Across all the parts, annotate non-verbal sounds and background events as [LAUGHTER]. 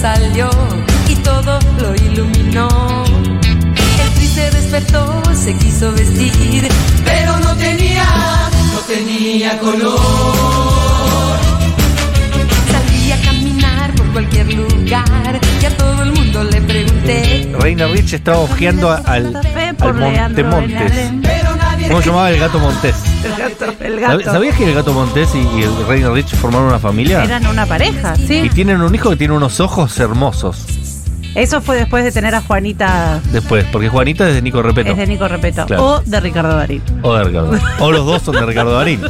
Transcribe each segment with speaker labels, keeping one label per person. Speaker 1: salió y todo lo iluminó. El tri se despertó, se quiso vestir, pero no tenía, no tenía color. Salí a caminar por cualquier lugar y a todo el mundo le pregunté.
Speaker 2: Reina Rich estaba hojeando a- al,
Speaker 3: Fe
Speaker 2: al
Speaker 3: por
Speaker 2: Monte
Speaker 3: Leandro
Speaker 2: Montes.
Speaker 3: Benalem.
Speaker 1: Pero nadie
Speaker 2: ¿Cómo se llamaba el gato Montes?
Speaker 3: El gato, el
Speaker 2: ¿Sab-
Speaker 3: gato.
Speaker 2: ¿Sabías que el gato Montes y, y el Reina Rich formaron una familia?
Speaker 3: Eran una pareja, sí.
Speaker 2: Y tienen un hijo que tiene unos ojos hermosos
Speaker 3: Eso fue después de tener a Juanita,
Speaker 2: después, porque Juanita es de Nico Repeto.
Speaker 3: es de Nico Repeto,
Speaker 2: Claro.
Speaker 3: o de Ricardo Darín.
Speaker 2: O de Ricardo. O los dos son de Ricardo Darín.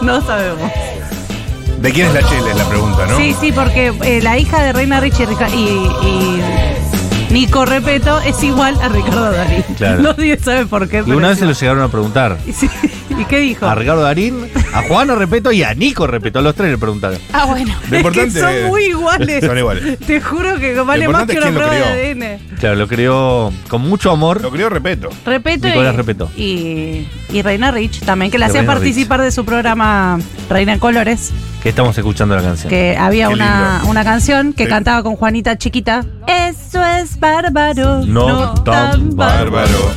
Speaker 3: No sabemos.
Speaker 4: ¿De quién es la chela? Es la pregunta, ¿no?
Speaker 3: Sí, sí, porque eh, la hija de Reina Rich y, Rica- y- y Nico Repeto es igual a Ricardo Darín.
Speaker 2: Claro.
Speaker 3: No nadie sabe por qué.
Speaker 2: Y
Speaker 3: pero
Speaker 2: una vez
Speaker 3: es
Speaker 2: se lo llegaron a preguntar.
Speaker 3: igual. [LAUGHS] Sí. ¿Y qué dijo?
Speaker 2: A Ricardo Darín, a Juana Repeto y a Nico Repeto. A los tres le preguntaron.
Speaker 3: Ah, bueno.
Speaker 4: Lo
Speaker 3: es que
Speaker 4: importante-
Speaker 3: son muy iguales.
Speaker 4: [LAUGHS] Son iguales.
Speaker 3: Te juro que vale
Speaker 4: Lo
Speaker 3: más
Speaker 4: importante
Speaker 3: que
Speaker 4: es
Speaker 3: una
Speaker 4: quién lo
Speaker 3: prueba de
Speaker 4: creó.
Speaker 3: ADN.
Speaker 2: Claro, lo creó con mucho
Speaker 4: Lo
Speaker 2: amor.
Speaker 4: creo, repeto.
Speaker 3: Repeto
Speaker 2: Nicolás
Speaker 3: y,
Speaker 2: Repeto.
Speaker 3: y y Reina Rich también, que la
Speaker 2: Y
Speaker 3: hacía
Speaker 2: Reina Rich.
Speaker 3: participar de su programa Reina en Colores,
Speaker 2: Que estamos escuchando la canción.
Speaker 3: que había
Speaker 4: Qué
Speaker 3: una,
Speaker 4: lindo.
Speaker 3: una canción que
Speaker 4: Sí.
Speaker 3: cantaba con Juanita chiquita. Eso es bárbaro.
Speaker 2: No tan
Speaker 4: Bárbaro.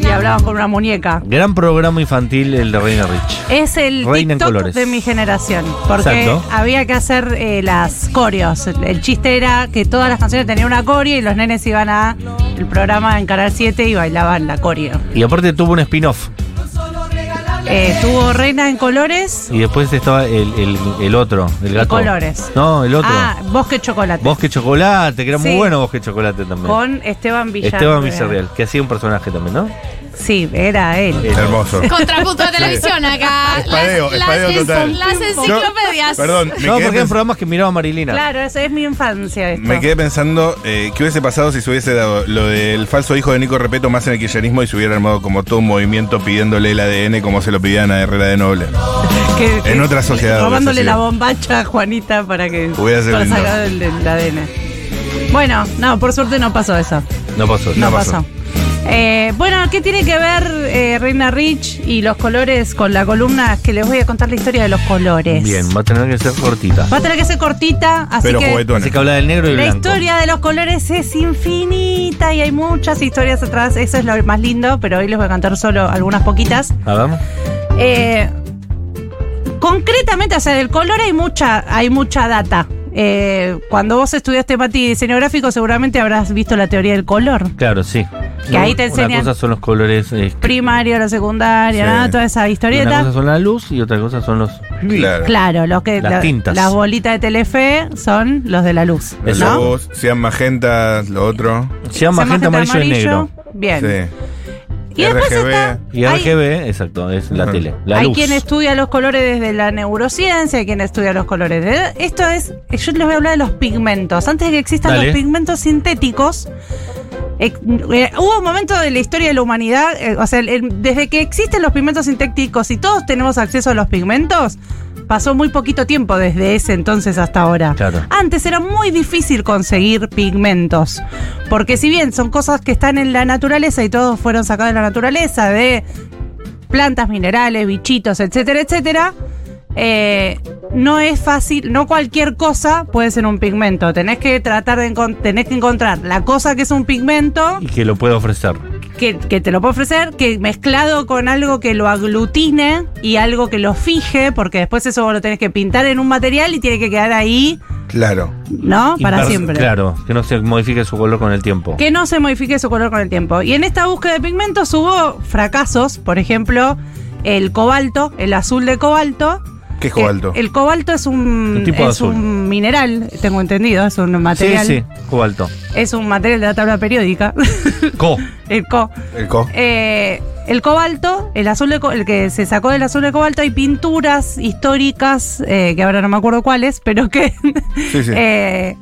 Speaker 3: Y hablaban con una muñeca.
Speaker 2: Gran programa infantil el de Reina Rich.
Speaker 3: Es el
Speaker 2: Reina en
Speaker 3: TikTok
Speaker 2: colores.
Speaker 3: de mi generación, porque
Speaker 2: Exacto.
Speaker 3: había que hacer eh, las coreos. El chiste era que todas las canciones tenían una coreo y los nenes iban a el programa en Canal 7 y bailaban la coreo.
Speaker 2: Y aparte tuvo un spin-off.
Speaker 3: Eh, estuvo Reina en Colores,
Speaker 2: Y después estaba el, el- el otro, el gato.
Speaker 3: colores.
Speaker 2: No, el otro.
Speaker 3: ah, Bosque Chocolate,
Speaker 2: Bosque Chocolate, que era muy
Speaker 3: Sí.
Speaker 2: bueno Bosque Chocolate también.
Speaker 3: con Esteban Villarreal.
Speaker 2: Esteban Villarreal, que hacía un personaje también, ¿no?
Speaker 3: Sí, era él.
Speaker 4: Hermoso.
Speaker 5: Contrapunto de televisión acá.
Speaker 4: Espadeo,
Speaker 5: las,
Speaker 4: espadeo
Speaker 5: las-
Speaker 4: total.
Speaker 5: las enciclopedias.
Speaker 4: Yo- perdón, me,
Speaker 2: no,
Speaker 4: quedé
Speaker 2: porque eran
Speaker 4: pens-
Speaker 2: programas que miraba Marilina.
Speaker 3: Claro, esa es mi infancia. Esto.
Speaker 4: me quedé pensando eh, qué hubiese pasado si se hubiese dado lo del falso hijo de Nico Repeto más en el kirchnerismo y se hubiera armado como todo un movimiento pidiéndole el ADN como se lo pedían a Herrera de Noble.
Speaker 3: Que- que-
Speaker 4: En otra sociedad.
Speaker 3: Robándole
Speaker 4: hubiese
Speaker 3: la
Speaker 4: sido.
Speaker 3: bombacha a Juanita para que
Speaker 4: Hubiera sido
Speaker 3: para
Speaker 4: lindo.
Speaker 3: sacar el, el ADN. Bueno, no, por suerte no pasó eso.
Speaker 2: No pasó.
Speaker 3: No,
Speaker 4: No pasó.
Speaker 3: pasó. Eh, bueno, ¿qué tiene que ver eh, Reina Rich y los colores con la columna? Que les voy a contar la historia de los colores.
Speaker 2: Bien, va a tener que ser cortita.
Speaker 3: Va a tener que ser cortita, así
Speaker 4: Pero
Speaker 3: que
Speaker 4: juguetona.
Speaker 2: Así que habla del negro y
Speaker 3: la
Speaker 2: blanco.
Speaker 3: historia de los colores es infinita y hay muchas historias atrás. Eso es lo más lindo, pero hoy les voy a contar solo algunas poquitas.
Speaker 2: A ver.
Speaker 3: Eh, concretamente, o sea, del color hay mucha, hay mucha data. Eh, cuando vos estudiaste, Mati, diseño gráfico, seguramente habrás visto la teoría del color.
Speaker 2: Claro, sí.
Speaker 3: Que ahí te
Speaker 2: Una
Speaker 3: enseñan-
Speaker 2: cosa son los colores. eh,
Speaker 3: Primario, la secundaria,
Speaker 4: Sí.
Speaker 3: ¿no? toda esa
Speaker 2: una
Speaker 3: historieta.
Speaker 2: cosa son la luz y otra cosa son los.
Speaker 4: Claro.
Speaker 3: Claro, los que,
Speaker 2: Las
Speaker 3: la-
Speaker 2: tintas.
Speaker 3: las bolitas de Telefe son los de la luz.
Speaker 2: Eso.
Speaker 4: La
Speaker 3: ¿no?
Speaker 4: luz, sean magentas, lo otro.
Speaker 2: Se llama
Speaker 3: Sean
Speaker 2: magenta, amarillo, y negro.
Speaker 3: Bien.
Speaker 4: Sí.
Speaker 3: Y después
Speaker 4: RGB.
Speaker 3: está.
Speaker 2: Y
Speaker 3: hay-
Speaker 2: RGB, exacto, es la
Speaker 4: Ujú.
Speaker 2: tele. La
Speaker 3: hay
Speaker 2: luz.
Speaker 3: quien estudia los colores desde la neurociencia, hay quien estudia los colores. de- Esto es, yo les voy a hablar de los pigmentos. Antes de que existan
Speaker 2: Dale.
Speaker 3: los pigmentos sintéticos, eh, eh, hubo un momento de la historia de la humanidad, eh, o sea, el- el- desde que existen los pigmentos sintéticos y todos tenemos acceso a los pigmentos, pasó muy poquito tiempo desde ese entonces hasta ahora.
Speaker 2: Claro.
Speaker 3: Antes era muy difícil conseguir pigmentos, porque si bien son cosas que están en la naturaleza y todos fueron sacados de la naturaleza, de plantas, minerales, bichitos, etcétera, etcétera, eh, no es fácil, no cualquier cosa puede ser un pigmento. Tenés que tratar de encon- tenés que encontrar la cosa que es un pigmento,
Speaker 2: Y que lo puede ofrecer.
Speaker 3: que, que te lo puede ofrecer, que mezclado con algo que lo aglutine y algo que lo fije, porque después eso vos lo tenés que pintar en un material y tiene que quedar ahí,
Speaker 4: Claro.
Speaker 3: ¿no? Para
Speaker 2: Imper-
Speaker 3: siempre.
Speaker 2: Claro, que no se modifique su color con el tiempo.
Speaker 3: Que no se modifique su color con el tiempo. Y en esta búsqueda de pigmentos hubo fracasos, por ejemplo, el cobalto, el azul de cobalto. Eh,
Speaker 4: ¿Qué es cobalto?
Speaker 3: El, el cobalto es un,
Speaker 2: Un tipo de
Speaker 3: es
Speaker 2: azul.
Speaker 3: un mineral, tengo entendido, es un
Speaker 2: sí,
Speaker 3: material.
Speaker 2: sí, cobalto.
Speaker 3: Es un material de la tabla periódica, [LAUGHS]
Speaker 2: Co.
Speaker 3: el co.
Speaker 4: El co.
Speaker 3: Eh, el cobalto, el azul de co- el que se sacó del azul de cobalto, hay pinturas históricas, eh, que ahora no me acuerdo cuáles, pero que
Speaker 4: Sí, sí.
Speaker 3: [LAUGHS] eh,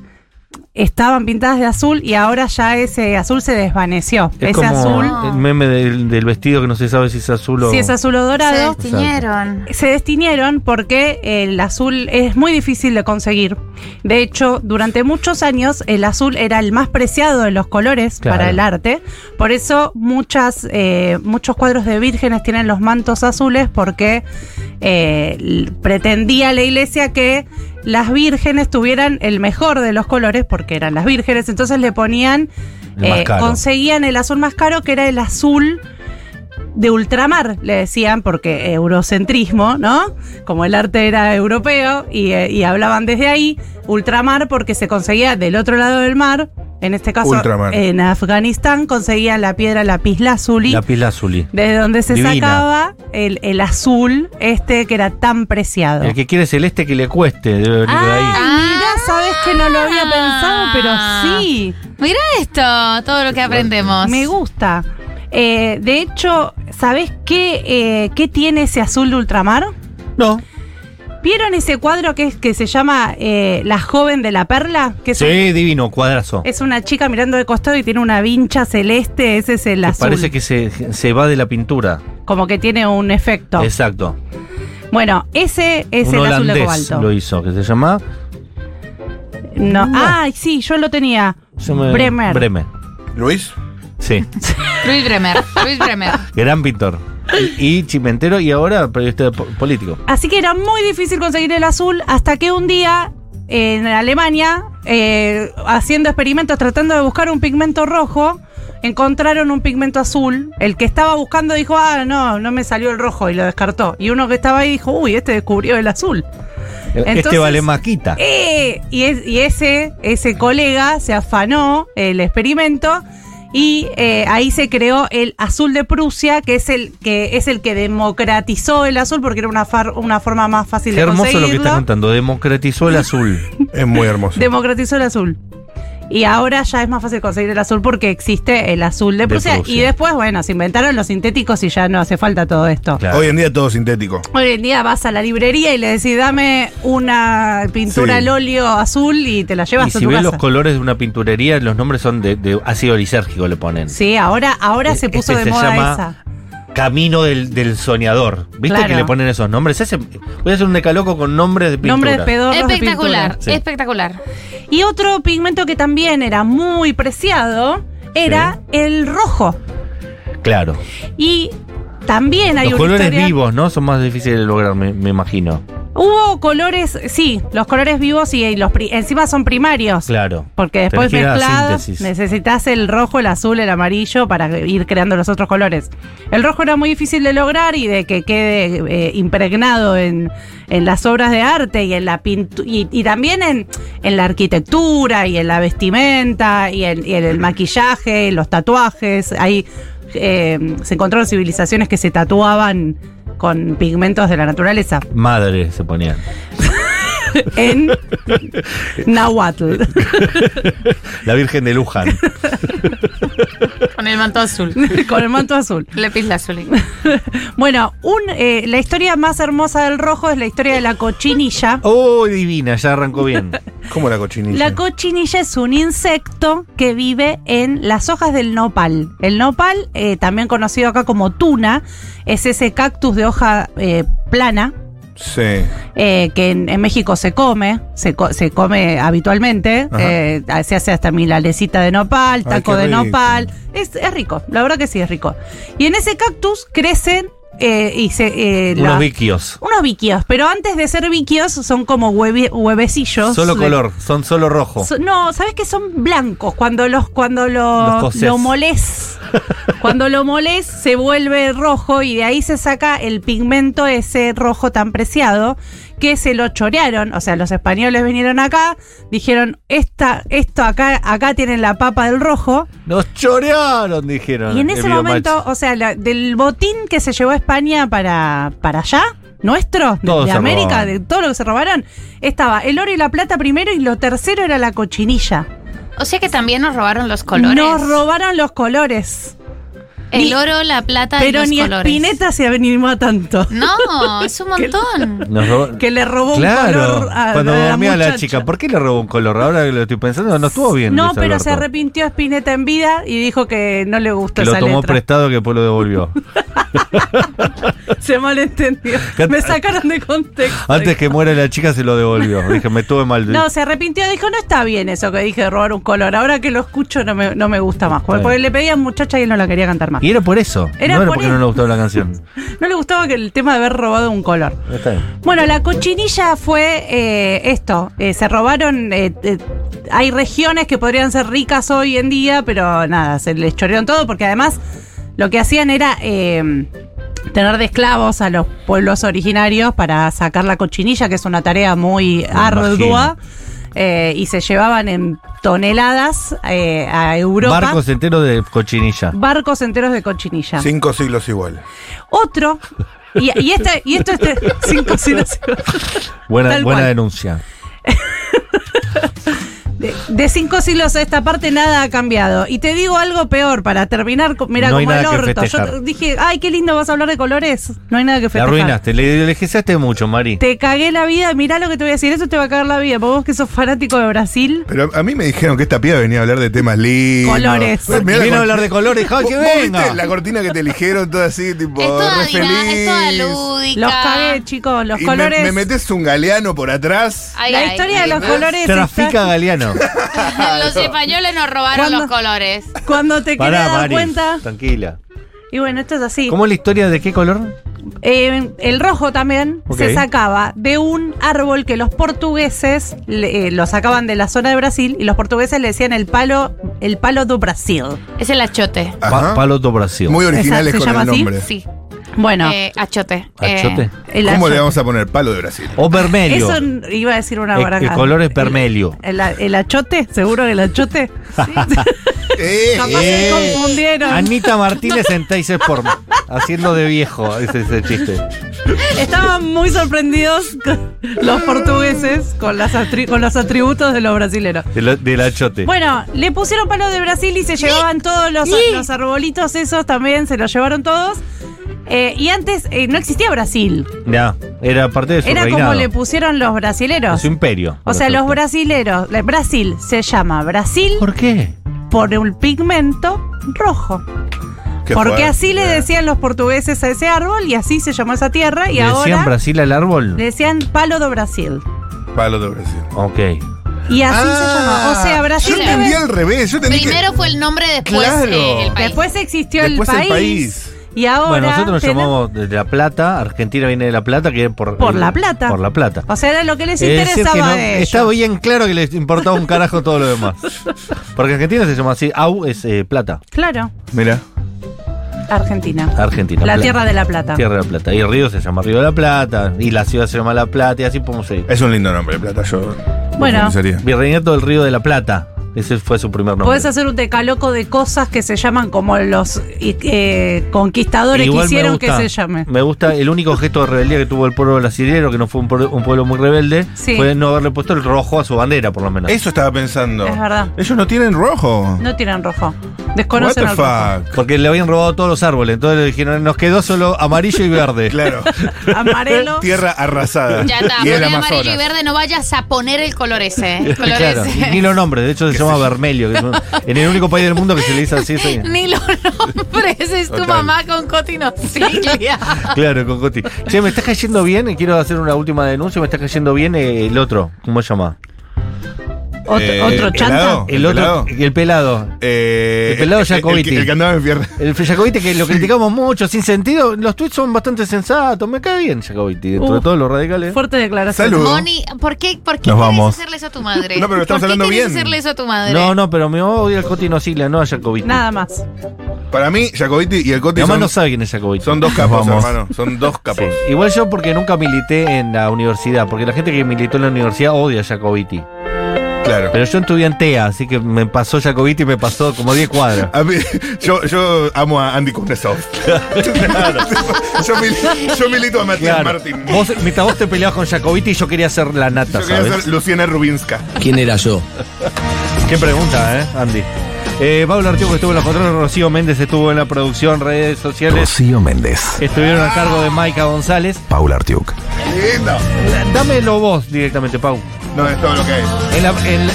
Speaker 3: estaban pintadas de azul y ahora ya ese azul se desvaneció.
Speaker 2: Es
Speaker 3: ese
Speaker 2: como
Speaker 3: azul,
Speaker 2: el meme del, del vestido que no se sabe si es azul o.
Speaker 3: si es azul o
Speaker 5: Se
Speaker 3: dorado,
Speaker 5: destiñeron.
Speaker 3: se destiñeron porque el azul es muy difícil de conseguir. De hecho, durante muchos años el azul era el más preciado de los colores
Speaker 2: Claro.
Speaker 3: para el arte. Por eso muchas, eh, muchos cuadros de vírgenes tienen los mantos azules porque eh, l- pretendía la iglesia que las vírgenes tuvieran el mejor de los colores porque eran las vírgenes, entonces le ponían,
Speaker 2: El más
Speaker 3: eh,
Speaker 2: caro.
Speaker 3: conseguían el azul más caro que era el azul de ultramar, le decían, porque eurocentrismo, ¿no? Como el arte era europeo y, eh, y hablaban desde ahí, ultramar porque se conseguía del otro lado del mar, en este caso
Speaker 4: Ultramar.
Speaker 3: en Afganistán conseguían la piedra lapislázuli,
Speaker 2: La pila azulí.
Speaker 3: desde donde se
Speaker 2: Divina.
Speaker 3: sacaba el, el azul este que era tan preciado.
Speaker 2: El que quiere celeste que le cueste, debe venir de
Speaker 3: Ah.
Speaker 2: ahí.
Speaker 3: Mira, sabes que no lo había pensado, pero sí.
Speaker 5: Mira esto, todo lo que aprendemos.
Speaker 3: Me gusta. Eh, de hecho, ¿sabés qué, eh, qué tiene ese azul de ultramar?
Speaker 2: No.
Speaker 3: ¿Vieron ese cuadro que, es, que se llama eh, La joven de la perla? Que es, un-
Speaker 2: Sí, divino, cuadrazo.
Speaker 3: es una chica mirando de costado y tiene una vincha celeste, ese es el
Speaker 2: Que
Speaker 3: azul.
Speaker 2: Parece que se, se va de la pintura.
Speaker 3: Como que tiene un efecto.
Speaker 2: Exacto.
Speaker 3: Bueno, ese es
Speaker 2: Un
Speaker 3: el azul de
Speaker 2: holandés
Speaker 3: cobalto.
Speaker 2: lo hizo, que se llama
Speaker 3: No. Ah, sí, yo lo tenía.
Speaker 2: se me-
Speaker 3: Bremer.
Speaker 2: Bremer.
Speaker 4: Luis.
Speaker 2: Sí.
Speaker 5: Luis Bremer,
Speaker 3: [LAUGHS]
Speaker 5: Luis Bremer.
Speaker 2: Gran pintor. Y, y chimentero y ahora periodista po- político.
Speaker 3: Así que era muy difícil conseguir el azul hasta que un día en Alemania, eh, haciendo experimentos, tratando de buscar un pigmento rojo, encontraron un pigmento azul. El que estaba buscando dijo, ah, no, no me salió el rojo y lo descartó. Y uno que estaba ahí dijo, uy, este descubrió el azul.
Speaker 2: este
Speaker 3: Entonces-
Speaker 2: vale maquita.
Speaker 3: ¡Eh! Y, es- y ese, ese colega se afanó el experimento y eh, ahí se creó el azul de Prusia, que es el que es el que democratizó el azul porque era una, far- una forma más fácil
Speaker 2: Qué
Speaker 3: de
Speaker 2: hermoso lo que
Speaker 3: conseguirlo.
Speaker 2: estás contando. Democratizó el
Speaker 3: [LAUGHS]
Speaker 2: azul.
Speaker 4: Es muy hermoso.
Speaker 3: democratizó el azul. Y ahora ya es más fácil conseguir el azul porque existe el azul de
Speaker 2: De
Speaker 3: Prusia.
Speaker 2: Prusia.
Speaker 3: Y después, bueno, se inventaron los sintéticos y ya no hace falta todo esto.
Speaker 2: Claro.
Speaker 4: Hoy en día todo sintético.
Speaker 3: Hoy en día vas a la librería y le decís, dame una pintura
Speaker 4: Sí.
Speaker 3: al óleo azul y te la llevas
Speaker 2: Y
Speaker 3: a
Speaker 2: si
Speaker 3: tu
Speaker 2: ves
Speaker 3: casa.
Speaker 2: los colores de una pinturería, los nombres son de, de ácido lisérgico, le ponen.
Speaker 3: Sí, ahora, ahora
Speaker 2: E-
Speaker 3: se puso
Speaker 2: ese
Speaker 3: de
Speaker 2: se
Speaker 3: moda
Speaker 2: llama-
Speaker 3: esa.
Speaker 2: Camino del, del soñador. ¿Viste
Speaker 3: Claro.
Speaker 2: que le ponen esos nombres? Ese- voy a hacer un decaloco con nombres de pinturas.
Speaker 3: Nombre de pedorros de
Speaker 5: Espectacular,
Speaker 3: pintura.
Speaker 2: Sí.
Speaker 5: espectacular.
Speaker 3: Y otro pigmento que también era muy preciado era el rojo.
Speaker 2: Claro.
Speaker 3: Y también hay
Speaker 2: Los
Speaker 3: una
Speaker 2: colores
Speaker 3: historia-
Speaker 2: vivos, ¿no? Son más difíciles de lograr, me, me imagino.
Speaker 3: Hubo colores, sí, los colores vivos y, los pri- encima son primarios.
Speaker 2: Claro.
Speaker 3: Porque
Speaker 2: Tenés
Speaker 3: después
Speaker 2: que ir a la
Speaker 3: mezclados
Speaker 2: síntesis.
Speaker 3: necesitas el rojo, el azul, el amarillo para ir creando los otros colores. El rojo era muy difícil de lograr y de que quede eh, impregnado en, en las obras de arte y en la pintu- y, y también en, en la arquitectura y en la vestimenta y en, y en el maquillaje, los tatuajes. Ahí eh, se encontraron civilizaciones que se tatuaban con pigmentos de la naturaleza
Speaker 2: Madre se ponían. [LAUGHS]
Speaker 3: en Nahuatl.
Speaker 2: La Virgen de Luján.
Speaker 5: Con el manto azul.
Speaker 3: [LAUGHS] con el manto azul.
Speaker 5: Lepis lazuli.
Speaker 3: Bueno, un, eh, la historia más hermosa del rojo es la historia de la cochinilla.
Speaker 2: ¡Oh, divina! Ya arrancó
Speaker 3: [LAUGHS]
Speaker 2: bien.
Speaker 4: ¿Cómo la cochinilla?
Speaker 3: La cochinilla es un insecto que vive en las hojas del nopal. El nopal, eh, también conocido acá como tuna, es ese cactus de hoja eh, plana
Speaker 4: sí.
Speaker 3: eh, que en, en México se come, se, co- se come habitualmente.
Speaker 4: Ajá.
Speaker 3: eh, se hace hasta milanesita de nopal,
Speaker 4: Ay,
Speaker 3: taco
Speaker 4: qué
Speaker 3: de
Speaker 4: rico.
Speaker 3: nopal. Es, es rico, la verdad que sí es rico. Y en ese cactus crecen eh, y se, eh, la-
Speaker 2: Unos viquios.
Speaker 3: unos biquios, pero antes de ser biquios son como hueve- huevecillos.
Speaker 2: Solo
Speaker 3: de-
Speaker 2: color, son solo rojo.
Speaker 3: So- no, ¿sabes que son blancos? Cuando los cuando lo,
Speaker 2: Los cosés.
Speaker 3: lo
Speaker 2: [LAUGHS]
Speaker 3: molés. cuando lo molés se vuelve rojo y de ahí se saca el pigmento ese rojo tan preciado que se lo chorearon, o sea, los españoles vinieron acá, dijeron, "Esta esto acá acá tienen la papa del rojo."
Speaker 2: Nos chorearon, dijeron.
Speaker 3: Y en
Speaker 2: el
Speaker 3: ese
Speaker 2: videomatch.
Speaker 3: momento, o sea, la- del botín que se llevó a España para, para allá, nuestro, de,
Speaker 2: Todo
Speaker 3: de
Speaker 2: se
Speaker 3: América,
Speaker 2: robaron.
Speaker 3: de todo lo que se robaron, estaba el oro y la plata primero y lo tercero era la cochinilla.
Speaker 5: O sea que también nos robaron los colores.
Speaker 3: Nos robaron los colores.
Speaker 5: el
Speaker 3: ni-
Speaker 5: oro, la plata y
Speaker 3: pero
Speaker 5: los
Speaker 3: ni
Speaker 5: colores.
Speaker 3: Spinetta se animó a tanto.
Speaker 5: No,
Speaker 3: [LAUGHS]
Speaker 5: es un montón.
Speaker 2: Nos robó-
Speaker 3: Que le robó un
Speaker 2: Claro,
Speaker 3: color a
Speaker 2: cuando
Speaker 3: a la
Speaker 2: dormía la,
Speaker 3: muchacha.
Speaker 2: chica, ¿por qué le robó un color? Ahora que lo estoy pensando, no estuvo bien.
Speaker 3: No,
Speaker 2: Luis
Speaker 3: pero se
Speaker 2: Alberto.
Speaker 3: arrepintió Spinetta en vida y dijo que no le gustó
Speaker 2: Que lo
Speaker 3: esa
Speaker 2: tomó
Speaker 3: letra. [LAUGHS]
Speaker 2: prestado que después lo devolvió.
Speaker 3: se malentendió.
Speaker 2: Que-
Speaker 3: Me sacaron de contexto.
Speaker 2: Antes que muera la chica se lo devolvió. Dije, me tuve mal.
Speaker 3: No, se arrepintió, dijo, no está bien eso que dije de robar un color. Ahora que lo escucho no me, no me gusta más. Porque,
Speaker 2: bien.
Speaker 3: porque le pedían muchacha y él no la quería cantar más.
Speaker 2: Y era por eso. no era
Speaker 3: Era por
Speaker 2: porque
Speaker 3: eso.
Speaker 2: no le gustaba la
Speaker 3: [LAUGHS]
Speaker 2: canción.
Speaker 3: No le gustaba que el tema de haber robado un color.
Speaker 2: Está bien.
Speaker 3: Bueno, la cochinilla fue eh, esto. eh, se robaron. eh, eh, hay regiones que podrían ser ricas hoy en día, pero nada, se les chorearon todo porque además lo que hacían era eh, tener de esclavos a los pueblos originarios para sacar la cochinilla, que es una tarea muy ardua. eh, y se llevaban en toneladas eh, a Europa
Speaker 2: Barcos enteros de cochinilla.
Speaker 3: barcos enteros de cochinilla.
Speaker 4: Cinco siglos igual.
Speaker 3: Otro. Y, y este- y esto este, cinco siglos.
Speaker 2: Buena,
Speaker 3: Tal
Speaker 2: buena
Speaker 3: cual.
Speaker 2: denuncia.
Speaker 3: De, de cinco siglos a esta parte nada ha cambiado. Y te digo algo peor para terminar. con- Mira,
Speaker 2: No hay
Speaker 3: como el
Speaker 2: nada que
Speaker 3: orto. Yo
Speaker 2: festejar.
Speaker 3: dije, ay, qué lindo vas a hablar de colores. No hay nada que
Speaker 2: La
Speaker 3: festejar.
Speaker 2: arruinaste. Le elegizaste mucho, Mari.
Speaker 3: Te cagué la vida. Mirá lo que te voy a decir. Eso te va a cagar la vida. Porque vos que sos fanático de Brasil.
Speaker 4: Pero a mí me dijeron que esta piba venía a hablar de temas lindos.
Speaker 3: Colores.
Speaker 4: Mirá la
Speaker 2: Vino
Speaker 4: cortina-
Speaker 2: a hablar de colores. ¡Ja,
Speaker 4: ¿Vos-
Speaker 2: que
Speaker 4: vos viste
Speaker 2: venga!
Speaker 4: la cortina que te eligieron, todo así, tipo,
Speaker 5: Es toda
Speaker 4: re
Speaker 5: dinámica, es toda
Speaker 4: feliz.
Speaker 5: lúdica.
Speaker 3: Los cagué, chicos. Los
Speaker 4: Y me-
Speaker 3: colores.
Speaker 4: Me, metes un galeano por atrás.
Speaker 5: Ay,
Speaker 3: la
Speaker 5: ay,
Speaker 3: historia de los
Speaker 4: ¿entendés?
Speaker 3: colores.
Speaker 2: Trafica
Speaker 3: está- [LAUGHS]
Speaker 2: Galeano.
Speaker 5: Los españoles nos robaron
Speaker 3: ¿Cuándo?
Speaker 5: los colores.
Speaker 3: Cuando te querés
Speaker 2: Pará,
Speaker 3: dar
Speaker 2: Mari.
Speaker 3: cuenta.
Speaker 2: Tranquila.
Speaker 3: Y bueno, esto es así.
Speaker 2: ¿Cómo es la historia de qué color?
Speaker 3: Eh, el rojo también
Speaker 2: Ok.
Speaker 3: se sacaba de un árbol que los portugueses le- eh, lo sacaban de la zona de Brasil y los portugueses le decían el palo, el palo do Brasil.
Speaker 5: Es el achote.
Speaker 4: Ajá.
Speaker 2: Pa- palo do Brasil.
Speaker 4: Muy originales
Speaker 3: Exacto, ¿se
Speaker 4: con el
Speaker 3: llama así?
Speaker 4: nombre.
Speaker 5: Sí.
Speaker 3: Bueno,
Speaker 5: Eh, achote. Eh,
Speaker 2: ¿Achote?
Speaker 3: el
Speaker 4: ¿Cómo
Speaker 3: ayo-
Speaker 4: le vamos a poner palo de Brasil?
Speaker 2: O vermelho.
Speaker 3: Eso n- iba a decir una
Speaker 2: El-
Speaker 3: barajada.
Speaker 2: el color es vermelho.
Speaker 3: El, el- el achote, seguro el achote.
Speaker 4: Eh,
Speaker 3: [LAUGHS] Capaz se
Speaker 2: Eh.
Speaker 3: confundieron.
Speaker 2: Anita Martínez en Tays Sport. haciendo de viejo ese, ese chiste.
Speaker 3: Estaban muy sorprendidos con- los portugueses con, las atri- con los atributos de los brasileros.
Speaker 2: Del, del achote.
Speaker 3: Bueno, le pusieron palo de Brasil y se llevaban todos los, los arbolitos esos también, se los llevaron todos. Eh, y antes eh, no existía Brasil,
Speaker 2: Ya, era parte de su
Speaker 3: era
Speaker 2: reinado.
Speaker 3: como le pusieron los
Speaker 2: de
Speaker 3: brasileros.
Speaker 2: su imperio.
Speaker 3: O sea, los brasileros, la- Brasil se llama Brasil
Speaker 2: ¿Por qué?
Speaker 3: por un pigmento rojo.
Speaker 4: qué
Speaker 3: porque
Speaker 4: fuerte.
Speaker 3: así le decían los portugueses a ese árbol y así se llamó esa tierra y
Speaker 2: ¿Le
Speaker 3: ahora
Speaker 2: decían Brasil al árbol?
Speaker 3: le decían palo de Brasil.
Speaker 4: Palo de Brasil.
Speaker 2: Ok.
Speaker 3: Y así se
Speaker 4: Ah,
Speaker 3: llama. O sea, Brasil
Speaker 4: Yo
Speaker 5: debe-
Speaker 4: entendí al revés. Yo entendí que-
Speaker 5: Primero fue el nombre, después
Speaker 4: Claro.
Speaker 5: eh, el país.
Speaker 3: después existió
Speaker 4: después
Speaker 3: el, país,
Speaker 4: el país.
Speaker 3: y ahora
Speaker 2: bueno, nosotros nos
Speaker 3: tenemos-
Speaker 2: llamamos de La Plata. Argentina viene de La Plata, que es por. eh,
Speaker 3: Por La Plata.
Speaker 2: Por La Plata.
Speaker 3: O sea, era lo que les
Speaker 2: Es decir
Speaker 3: interesaba
Speaker 2: Eh, que no-
Speaker 3: a ellos.
Speaker 2: Estaba bien claro que les importaba un carajo todo lo demás. Porque Argentina se llama así. AU es eh, plata.
Speaker 3: Claro,
Speaker 4: Mira.
Speaker 3: Argentina.
Speaker 2: Argentina.
Speaker 3: La
Speaker 2: plata.
Speaker 3: tierra de la plata.
Speaker 2: Tierra de la Plata. Y el río se llama Río de la Plata. Y la ciudad se llama La Plata. Y así podemos seguir.
Speaker 4: Es un lindo nombre, Plata. Yo.
Speaker 3: Bueno.
Speaker 4: no sería.
Speaker 2: Virreinato del Río de la Plata. Ese fue su primer nombre.
Speaker 3: Podés hacer un decaloco de cosas que se llaman como los eh, conquistadores
Speaker 2: Igual me
Speaker 3: quisieron que
Speaker 2: gusta-
Speaker 3: se llame.
Speaker 2: Me gusta el único gesto de rebeldía que tuvo el pueblo brasilero, que no fue un pueblo, un pueblo muy rebelde,
Speaker 3: Sí.
Speaker 2: fue no haberle puesto el rojo a su bandera, por lo menos.
Speaker 4: Eso estaba pensando.
Speaker 3: Es verdad.
Speaker 4: Ellos no tienen rojo.
Speaker 3: No tienen rojo.
Speaker 4: What
Speaker 3: Desconocen
Speaker 4: the
Speaker 3: al rojo. [LAUGHS]
Speaker 4: fuck.
Speaker 2: Porque le habían robado todos los árboles, entonces le dijeron, nos quedó solo amarillo y verde.
Speaker 4: Claro. [LAUGHS]
Speaker 3: Amarelo.
Speaker 4: Tierra arrasada.
Speaker 5: Ya está,
Speaker 4: [LAUGHS] Y el
Speaker 5: poné amarillo y
Speaker 4: Amazonas.
Speaker 5: verde, no vayas a poner el color ese. eh.
Speaker 4: [LAUGHS]
Speaker 5: El color
Speaker 2: Claro,
Speaker 5: ese.
Speaker 2: ni los nombres, de hecho se llama Vermelho, que es un- en el único país del mundo que se le dice así. sí.
Speaker 5: [LAUGHS] Ni los nombres, es tu
Speaker 4: Total.
Speaker 5: mamá con cotinocilia.
Speaker 2: Claro, con Coti. Che, me está cayendo bien, y quiero hacer una última denuncia, me está cayendo bien eh, el otro, ¿cómo se llama?
Speaker 3: Otro,
Speaker 4: Eh,
Speaker 3: otro chanta.
Speaker 4: pelado.
Speaker 2: El,
Speaker 4: ¿El
Speaker 2: otro,
Speaker 4: pelado?
Speaker 2: el pelado.
Speaker 4: Eh,
Speaker 2: El pelado
Speaker 4: el- el-
Speaker 2: Jacobiti.
Speaker 4: El, que andaba en pierna.
Speaker 2: El Jacobiti que lo criticamos mucho, sin sentido, los tweets son bastante sensatos, me cae bien Jacobiti, dentro de
Speaker 3: Uh.
Speaker 2: todos los radicales.
Speaker 3: Fuerte declaración.
Speaker 4: Salud.
Speaker 5: Moni, ¿por qué, por qué
Speaker 4: Nos
Speaker 5: querés
Speaker 4: vamos.
Speaker 5: hacerle eso a tu madre?
Speaker 4: No, pero estamos
Speaker 5: ¿Por qué
Speaker 4: hablando
Speaker 5: querés
Speaker 4: bien.
Speaker 5: hacerle eso a tu madre?
Speaker 2: No, no, pero me odio al Coti Nocila, no a Jacobiti.
Speaker 3: Nada más.
Speaker 4: Para mí, Jacobiti y el
Speaker 2: Mi
Speaker 4: Coti
Speaker 2: mamá
Speaker 4: son,
Speaker 2: no sabe quién es Jacobiti.
Speaker 4: son dos capos,
Speaker 2: Vamos.
Speaker 4: hermano. Son dos capos.
Speaker 2: Igual yo porque nunca milité en la universidad, porque la gente que militó en la universidad odia a Jacobiti.
Speaker 4: Claro.
Speaker 2: Pero yo estudié en TEA, así que me pasó Jacobiti y me pasó como 10 cuadras.
Speaker 4: A mí- yo, yo amo a Andy
Speaker 2: [LAUGHS]
Speaker 4: Kuznetsov. yo, mil- yo milito a Matías
Speaker 2: Claro.
Speaker 4: Martín.
Speaker 2: Vos, mientras vos te peleabas con Jacobiti, yo quería ser la nata,
Speaker 4: Yo quería
Speaker 2: ¿sabes?
Speaker 4: ser Luciana Rubinska.
Speaker 6: ¿Quién era yo?
Speaker 2: Qué pregunta, ¿eh, Andy? Eh, Pablo Artigo estuvo en la patrona, Rocío Méndez estuvo en la producción, redes sociales.
Speaker 7: Rocío Méndez,
Speaker 2: Estuvieron a cargo de Maika González.
Speaker 7: Paula Artiuk.
Speaker 4: Lindo.
Speaker 2: Dámelo vos directamente, Pau.
Speaker 4: No, es todo lo que hay.
Speaker 2: En, la- en-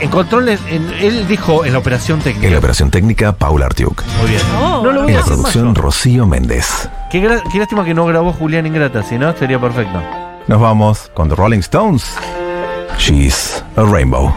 Speaker 2: en controles, en- él dijo en la operación
Speaker 7: En
Speaker 2: técnica.
Speaker 7: la operación técnica, Paula Artiuk.
Speaker 2: Muy bien.
Speaker 3: Oh,
Speaker 2: no lo voy
Speaker 7: En
Speaker 2: a
Speaker 7: la
Speaker 2: hacer más
Speaker 7: producción,
Speaker 2: yo.
Speaker 7: Rocío Méndez.
Speaker 2: Qué Qué, gra- qué lástima que no grabó Julián Ingrata, si no, sería perfecto.
Speaker 7: Nos vamos con The Rolling Stones. She's a Rainbow.